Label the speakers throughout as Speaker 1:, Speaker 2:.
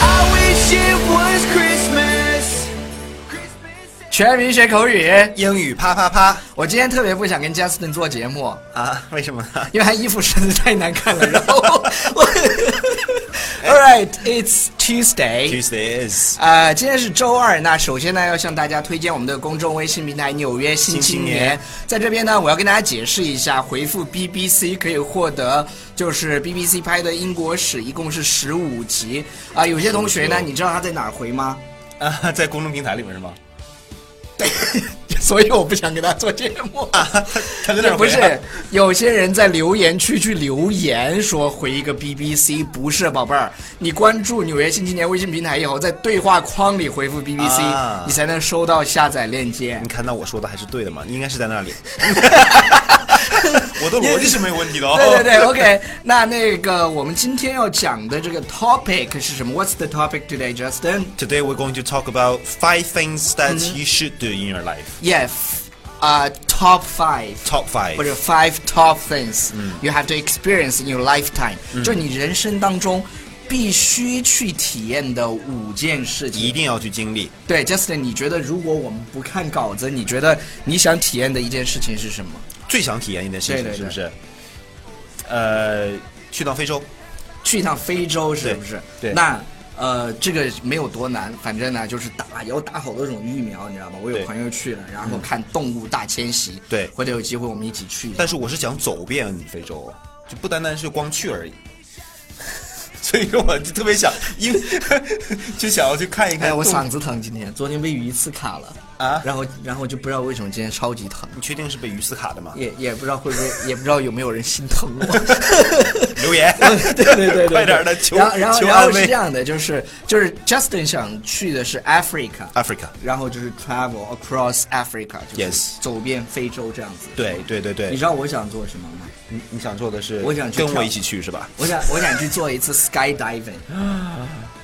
Speaker 1: wish it was Christmas.
Speaker 2: 全民学口语。
Speaker 1: 英语啪啪啪
Speaker 2: 我今天特别不想跟 Justin 做节目，
Speaker 1: 啊！为什么呢？
Speaker 2: 因为他衣服实在太难看了。然后我我，All right, it's Tuesday。
Speaker 1: Tuesday is
Speaker 2: 呃，今天是周二，那首先呢，要向大家推荐我们的公众微信平台《纽约新青
Speaker 1: 新青年
Speaker 2: 在这边呢，我要跟大家解释一下，回复 BBC 可以获得就是 BBC 拍的英国史，一共是十五集啊、有些同学呢，你知道他在哪儿回吗？
Speaker 1: 啊，在公众平台里面是吗？
Speaker 2: 所以我不想给他做节目。
Speaker 1: 他在那儿
Speaker 2: 不
Speaker 1: 回啊
Speaker 2: 是，有些人在留言区去留言说回一个 BBC，不是宝贝儿，你关注《纽约新青年》微信平台以后，在对话框里回复 BBC，、
Speaker 1: 啊
Speaker 2: 你才能收到下载链接
Speaker 1: 你。看到我说的还是对的嘛？你应该是在那 里。我的逻辑是没有问题的哦。
Speaker 2: 对对对，OK。那那个我们今天要讲的这个 topic 是什么？What's the topic today, Justin?
Speaker 1: Today we're going to talk about five things that you should do in your life.
Speaker 2: Yes, 啊、top five。
Speaker 1: Top five.
Speaker 2: 或者 five top things you have to experience in your lifetime，、就是
Speaker 1: 嗯
Speaker 2: 你人生当中必须去体验的五件事
Speaker 1: 一
Speaker 2: 情。
Speaker 1: 定要去经历。
Speaker 2: 对，Justin，你觉得如果我们不看稿子，你觉得你想体验的一件事情是什么？
Speaker 1: 最想体验一件事
Speaker 2: 对
Speaker 1: 情
Speaker 2: 对
Speaker 1: 是不是？呃，去到非洲。
Speaker 2: 去一趟非洲是不是？
Speaker 1: 对对
Speaker 2: 那呃，这个没有多难，反正呢就是打要打好多种疫苗，你知道吗？我有
Speaker 1: 对
Speaker 2: 朋友去了，然后看动物大迁徙。
Speaker 1: 对哎
Speaker 2: 回头有机会我们一起去一下。
Speaker 1: 但是我是想走遍非洲，就不单单是光去而已。 所以说，我就特别想，因 就想要去看一看
Speaker 2: 哎，
Speaker 1: 动物。
Speaker 2: 我嗓子疼，今天昨天被鱼刺卡了
Speaker 1: 啊
Speaker 2: 然后然后就不知道为什么今天超级疼，
Speaker 1: 你确定是被鱼刺卡的吗？
Speaker 2: 也也不知道会不会，也不知道有没有人心疼 我。
Speaker 1: 留言，
Speaker 2: 对对对 对，
Speaker 1: 快点儿的，求
Speaker 2: 然后然后
Speaker 1: 求
Speaker 2: 然
Speaker 1: 安
Speaker 2: 后是这
Speaker 1: 慰。
Speaker 2: 样的，就是就是 Justin 想去的是 Africa，
Speaker 1: Africa，
Speaker 2: 然后就是 travel across Africa，就是
Speaker 1: Yes
Speaker 2: 走遍非洲这样子。
Speaker 1: 对对对
Speaker 2: 你
Speaker 1: 对
Speaker 2: 知，道我想做什么吗？
Speaker 1: 你你想做的是，
Speaker 2: 我想去
Speaker 1: 跟
Speaker 2: 跳
Speaker 1: 我一起去是吧？
Speaker 2: 我想我想去做一次 skydiving。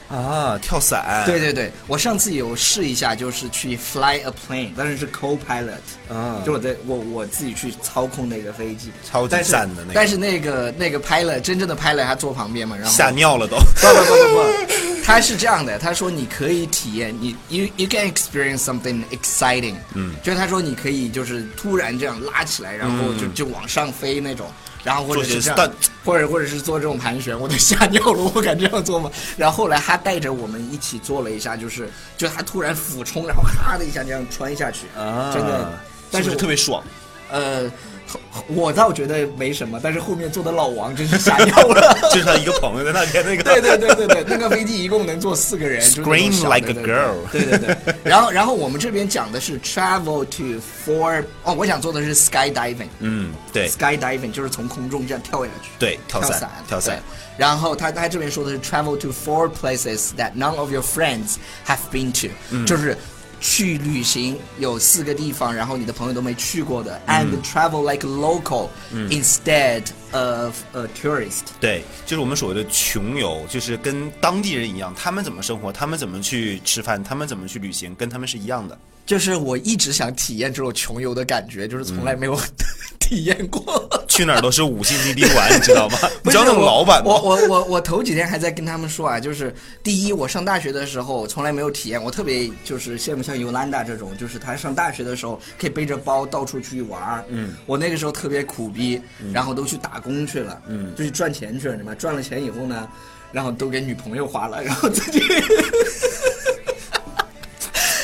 Speaker 1: 啊，跳伞，
Speaker 2: 对，对对，我上次有试一下，就是去 fly a plane，但是是 co-pilot，
Speaker 1: 啊
Speaker 2: 就我在我我自己去操控那个飞机，
Speaker 1: 超级
Speaker 2: 但是
Speaker 1: 赞的那个
Speaker 2: 但是那个那个 pilot 真正的 pilot 他坐旁边嘛，然后
Speaker 1: 吓尿了都。
Speaker 2: 不不不不不，他是这样的，他说你可以体验，你 you you can experience something exciting，嗯，就是他说你可以就是突然这样拉起来，然后就、就往上飞那种。然后或者
Speaker 1: 嗯做些
Speaker 2: 是这样
Speaker 1: stunt，
Speaker 2: 或 者或者是做这种盘旋，我都吓尿了，我敢这样做吗？然后后来他带着我们一起做了一下，就是就他突然俯冲，然后咔的一下这样穿下去，
Speaker 1: 啊，
Speaker 2: 真的，但
Speaker 1: 是不
Speaker 2: 是我
Speaker 1: 是特别爽？
Speaker 2: 呃，后我倒觉得没什么，但是后面坐的老王真是 吓尿了。
Speaker 1: 就是他一个朋友在那边那个，
Speaker 2: 对对对对对，那个飞机一共能坐四个人。就是那种
Speaker 1: Scream
Speaker 2: 小的
Speaker 1: like a
Speaker 2: 对
Speaker 1: girl
Speaker 2: 对对对。对然后然后我们这边讲的是 travel to four，哦，我想做的是 skydiving。
Speaker 1: 嗯，对
Speaker 2: skydiving 就是从空中这样跳下去。
Speaker 1: 对，跳
Speaker 2: 跳
Speaker 1: 伞，跳伞
Speaker 2: 对。然后他他这边说的是 travel to four places that none of your friends have been to，、就是
Speaker 1: 嗯
Speaker 2: 去旅行有四个地方，然后你的朋友都没去过的、a
Speaker 1: 嗯
Speaker 2: n d travel like a local、instead of a tourist。
Speaker 1: 对，就是我们所谓的穷游，就是跟当地人一样，他们怎么生活，他们怎么去吃饭，他们怎么去旅行，跟他们是一样的。
Speaker 2: 就是我一直想体验这种穷游的感觉，就是从来没有、
Speaker 1: 嗯
Speaker 2: 体验过。
Speaker 1: 去哪儿都是五星级宾馆，你知道 吗？ 你
Speaker 2: 不
Speaker 1: 知道
Speaker 2: 是
Speaker 1: 那种
Speaker 2: 我
Speaker 1: 老板
Speaker 2: 我
Speaker 1: 吗？
Speaker 2: 我我我头几天还在跟他们说啊，就是第一，我上大学的时候从来没有体验，我特别就是羡慕像尤兰达这种，就是他上大学的时候可以背着包到处去玩儿。嗯，我那个时候特别苦逼，
Speaker 1: 嗯
Speaker 2: 然后都去打工去了，嗯，就去赚钱去了，你妈赚了钱以后呢，然后都给女朋友花了，然后自己。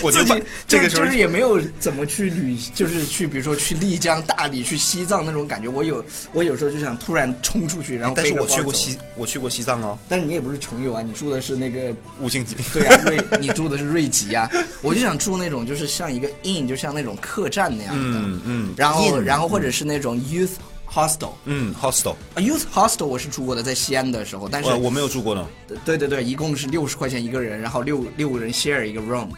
Speaker 1: 我就
Speaker 2: 自
Speaker 1: 把
Speaker 2: 己
Speaker 1: 这
Speaker 2: 就
Speaker 1: 个
Speaker 2: 是
Speaker 1: 时候
Speaker 2: 就是也没有怎么去旅，就是去比如说去丽江、大理、去西藏那种感觉。我有我有时候就想突然冲出去，然后
Speaker 1: 哎但是
Speaker 2: 背着
Speaker 1: 我
Speaker 2: 包
Speaker 1: 去过
Speaker 2: 走，
Speaker 1: 西，我去过西藏哦，
Speaker 2: 但是你也不是穷游啊，你住的是那个
Speaker 1: 五星级宾
Speaker 2: 对啊，瑞 你住的是瑞吉啊。我就想住那种就是像一个 inn，就像那种客栈那样的，
Speaker 1: 嗯嗯
Speaker 2: 然后
Speaker 1: inn，
Speaker 2: 然后或者是那种 youth hostel。
Speaker 1: 嗯，hostel，
Speaker 2: 啊 youth hostel 我是住过的，在西安的时候，但是
Speaker 1: 哦我我没有住过呢，
Speaker 2: 对对对，一共是六十块钱一个人，然后六六个人 share 一个 room，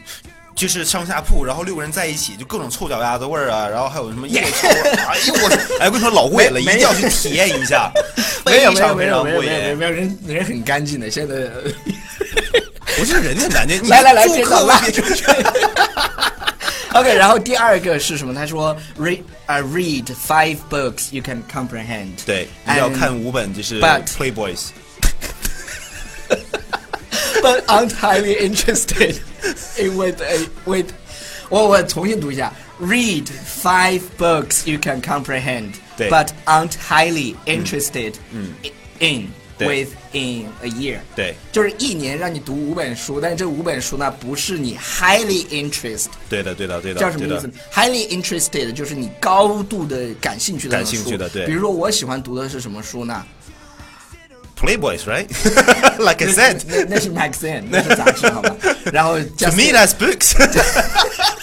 Speaker 1: 就是上下铺，然后六个人在一起，就各种臭脚丫子味儿啊，然后还有 什么夜臭味儿，哎呦我，哎我跟你说老贵了，
Speaker 2: 没
Speaker 1: 一定要去体验一下，
Speaker 2: 没有
Speaker 1: 非
Speaker 2: 没有
Speaker 1: 常
Speaker 2: 没
Speaker 1: 非
Speaker 2: 有
Speaker 1: 常
Speaker 2: 没有
Speaker 1: 过
Speaker 2: 没有
Speaker 1: 瘾。
Speaker 2: 没有人人很干净的，现在 呃
Speaker 1: 不是人家感觉，你
Speaker 2: 来来来，
Speaker 1: 做
Speaker 2: 接着
Speaker 1: 客
Speaker 2: 拉
Speaker 1: 为
Speaker 2: 出去。OK，然后第二个是什么？他说 read 啊、read five books you can comprehend。
Speaker 1: 对，一定要
Speaker 2: And-
Speaker 1: 看五本就是
Speaker 2: But-
Speaker 1: Playboys。
Speaker 2: 不 aren't highly interested in with a with。我我重新读一下：Read five books you can comprehend,
Speaker 1: 对
Speaker 2: but aren't highly interested in
Speaker 1: 对
Speaker 2: within a year。
Speaker 1: 对
Speaker 2: 就是一年让你读五本书，但是这五本书呢，不是你 highly interested，
Speaker 1: 对的，对的，对的，
Speaker 2: 叫什
Speaker 1: 对
Speaker 2: 么意
Speaker 1: 的
Speaker 2: 思？highly interested 就是你高度的感兴趣的那种
Speaker 1: 感兴趣
Speaker 2: 书
Speaker 1: 的对
Speaker 2: 比如说我喜欢读的是什么书呢？
Speaker 1: Playboys, right? like I said,
Speaker 2: 那那是 magazine，那是杂志，好 吧？然后
Speaker 1: to me
Speaker 2: Justin
Speaker 1: that's books.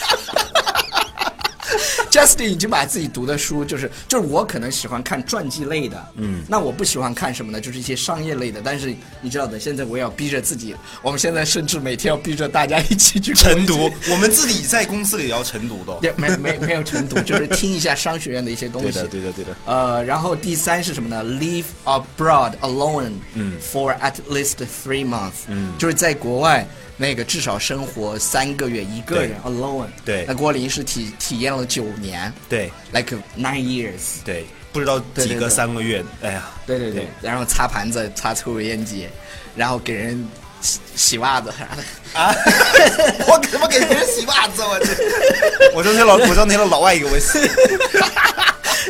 Speaker 2: Justin 已经把自己读的书，就是就是我可能喜欢看传记类的，嗯，那我不喜欢看什么呢？就是一些商业类的。但是你知道的，现在我也要逼着自己，我们现在甚至每天要逼着大家一起去
Speaker 1: 晨
Speaker 2: 国际
Speaker 1: 读，我们自己在公司里也要晨读的。
Speaker 2: 也没没没有晨读，就是听一下商学院的一些东西。
Speaker 1: 对的对的对的
Speaker 2: 呃，然后第三是什么呢？Live abroad alone
Speaker 1: 嗯
Speaker 2: for at least three months，嗯，就是在国外那个至少生活三个月一个人 alone。
Speaker 1: 对
Speaker 2: 那郭林是体体验了九年，
Speaker 1: 对
Speaker 2: ，like nine years。
Speaker 1: 对，不知道
Speaker 2: 对
Speaker 1: 几
Speaker 2: 对
Speaker 1: 个
Speaker 2: 对
Speaker 1: 三个月，哎呀，
Speaker 2: 对对对，然后擦盘子、擦抽油烟机，然后给人洗洗袜子啥的。
Speaker 1: 啊！ 我他妈给别人洗袜子，我 去！我就那老，我就那个老外给我洗。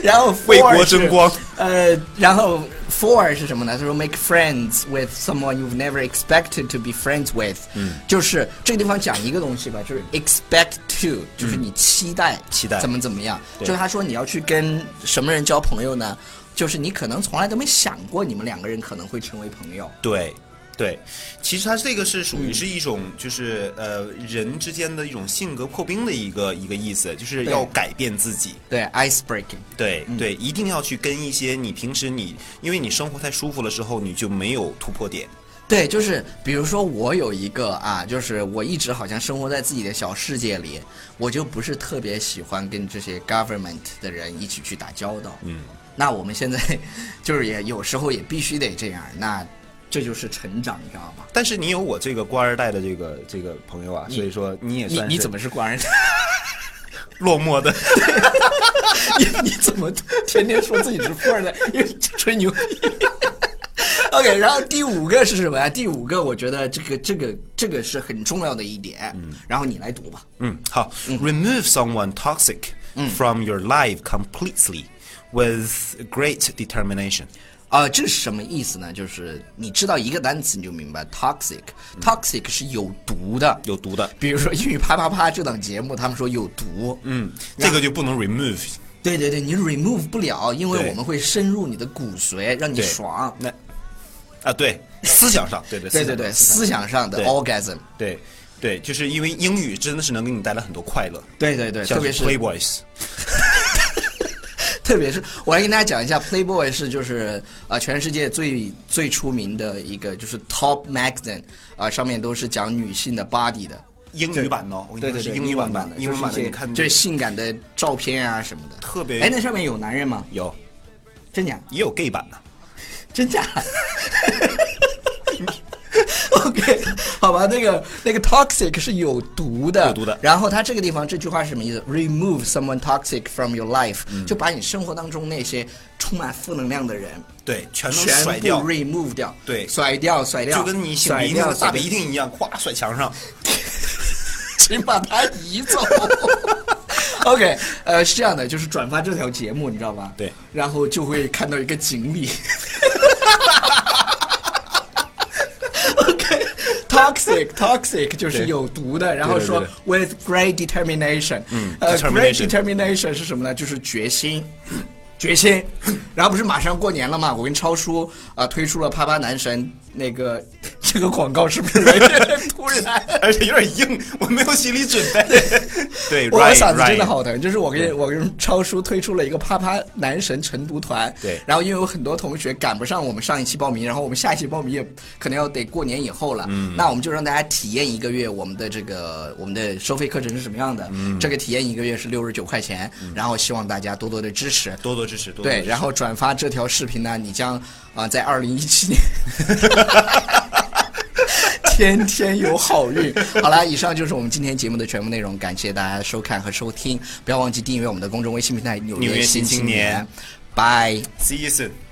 Speaker 2: 然后
Speaker 1: 为国
Speaker 2: four
Speaker 1: 争
Speaker 2: 是
Speaker 1: 光。
Speaker 2: 呃，然后 four 是什么呢？他说 make friends with someone you've never expected to be friends with。嗯，就是这个地方讲一个东西吧，就是 expect to，就是你期待
Speaker 1: 嗯期待
Speaker 2: 怎么怎么样。
Speaker 1: 对
Speaker 2: 就是他说你要去跟什么人交朋友呢？就是你可能从来都没想过你们两个人可能会成为朋友。
Speaker 1: 对，对，其实它这个是属于是一种，就是、呃，人之间的一种性格破冰的一个一个意思，就是
Speaker 2: 对
Speaker 1: 要改变自己。
Speaker 2: 对，ice breaking。
Speaker 1: 对
Speaker 2: 嗯
Speaker 1: 对，一定要去跟一些你平时你因为你生活太舒服了之后，你就没有突破点。
Speaker 2: 对，就是比如说我有一个啊，就是我一直好像生活在自己的小世界里，我就不是特别喜欢跟这些 government 的人一起去打交道。嗯，那我们现在 就是也有时候也必须得这样，那这就是成长，你知道吗？
Speaker 1: 但是你有我这个官二代的这个这个朋友啊，所以说你也
Speaker 2: 你
Speaker 1: 算
Speaker 2: 你
Speaker 1: 是
Speaker 2: 怎么是官人？
Speaker 1: 落寞的？
Speaker 2: 你你怎么天天说自己是富二代，又吹牛逼？OK，然后第五个是什么呀？第五个，我觉得这个这个这个是很重要的一点。嗯，然后你来读吧。
Speaker 1: 嗯，好，remove someone toxic
Speaker 2: 嗯
Speaker 1: from your life completely with great determination。
Speaker 2: 啊，这是什么意思呢？就是你知道一个单词你就明白，toxic，toxic、是有毒的。
Speaker 1: 有毒的，
Speaker 2: 比如说英语啪啪啪这档节目，他们说有毒。嗯，
Speaker 1: 这个就不能 remove。
Speaker 2: 对对对，你 remove 不了，因为
Speaker 1: 对
Speaker 2: 我们会深入你的骨髓，让你
Speaker 1: 对
Speaker 2: 爽。
Speaker 1: 那啊，对，思想上，对对
Speaker 2: 对对对，
Speaker 1: 思
Speaker 2: 思想上的
Speaker 1: 对
Speaker 2: orgasm。
Speaker 1: 对对，就是因为英语真的是能给你带来很多快乐，
Speaker 2: 对对对，
Speaker 1: 像
Speaker 2: 特别是
Speaker 1: Playboys，
Speaker 2: 特别是我来跟大家讲一下，Playboy 是就是啊、呃全世界最最出名的一个就是 top magazine 啊、上面都是讲女性的 body 的。
Speaker 1: 英语版的哦，我跟
Speaker 2: 对
Speaker 1: 你说
Speaker 2: 对
Speaker 1: 是
Speaker 2: 对，
Speaker 1: 英语版
Speaker 2: 版
Speaker 1: 英文版的，你看
Speaker 2: 就是性感的照片啊什么的，
Speaker 1: 特别
Speaker 2: 哎，那上面有男人吗？
Speaker 1: 有
Speaker 2: 真假？
Speaker 1: 也有 gay 版的，
Speaker 2: 真假 ？OK，好吧，那个那个 toxic 是有毒的，
Speaker 1: 有毒的
Speaker 2: 然后它这个地方这句话是什么意思？Remove someone toxic from your life，、就
Speaker 1: 嗯
Speaker 2: 把你生活当中那些充满负能量的人
Speaker 1: 对，全都
Speaker 2: 全部
Speaker 1: 甩掉，
Speaker 2: remove 掉，
Speaker 1: 对
Speaker 2: 甩掉，甩掉，
Speaker 1: 就跟你擤
Speaker 2: 甩
Speaker 1: 鼻涕
Speaker 2: 掉
Speaker 1: 的大
Speaker 2: 甩掉
Speaker 1: 鼻涕一样，咵甩墙上，
Speaker 2: 请把它移走。OK，呃，是这样的，就是转发这条节目，你知道吧？
Speaker 1: 对
Speaker 2: 然后就会看到一个锦 鲤。OK，toxic，toxic 就是
Speaker 1: 对
Speaker 2: 有毒的，然后说 with great determination，嗯呃，great
Speaker 1: determination
Speaker 2: determination 是什么呢？就是决心。决心，然后不是马上过年了嘛？我跟超叔啊、呃推出了啪啪男神那个这个广告，是不是有点突然？
Speaker 1: 而且有点硬，我没有心理准备。 对，
Speaker 2: 我
Speaker 1: Ryan，
Speaker 2: 嗓子真的
Speaker 1: Ryan
Speaker 2: 好疼，就是我跟我跟超叔推出了一个啪啪男神晨读团，
Speaker 1: 对
Speaker 2: 然后因为有很多同学赶不上我们上一期报名，然后我们下一期报名也可能要得过年以后了，嗯，那我们就让大家体验一个月我们的这个我们的收费课程是什么样的，嗯，这个体验一个月是六十九块钱，然后希望大家多多的支持。
Speaker 1: 多多支持，多多
Speaker 2: 对，
Speaker 1: 支持
Speaker 2: 然后转发这条视频呢，你将啊、在二零一七年 天天有好运。好啦，以上就是我们今天节目的全部内容，感谢大家收看和收听，不要忘记订阅我们的公众微信平台《纽
Speaker 1: 纽约
Speaker 2: 新
Speaker 1: 新青
Speaker 2: 年
Speaker 1: 年》，
Speaker 2: 拜。
Speaker 1: ，See you soon。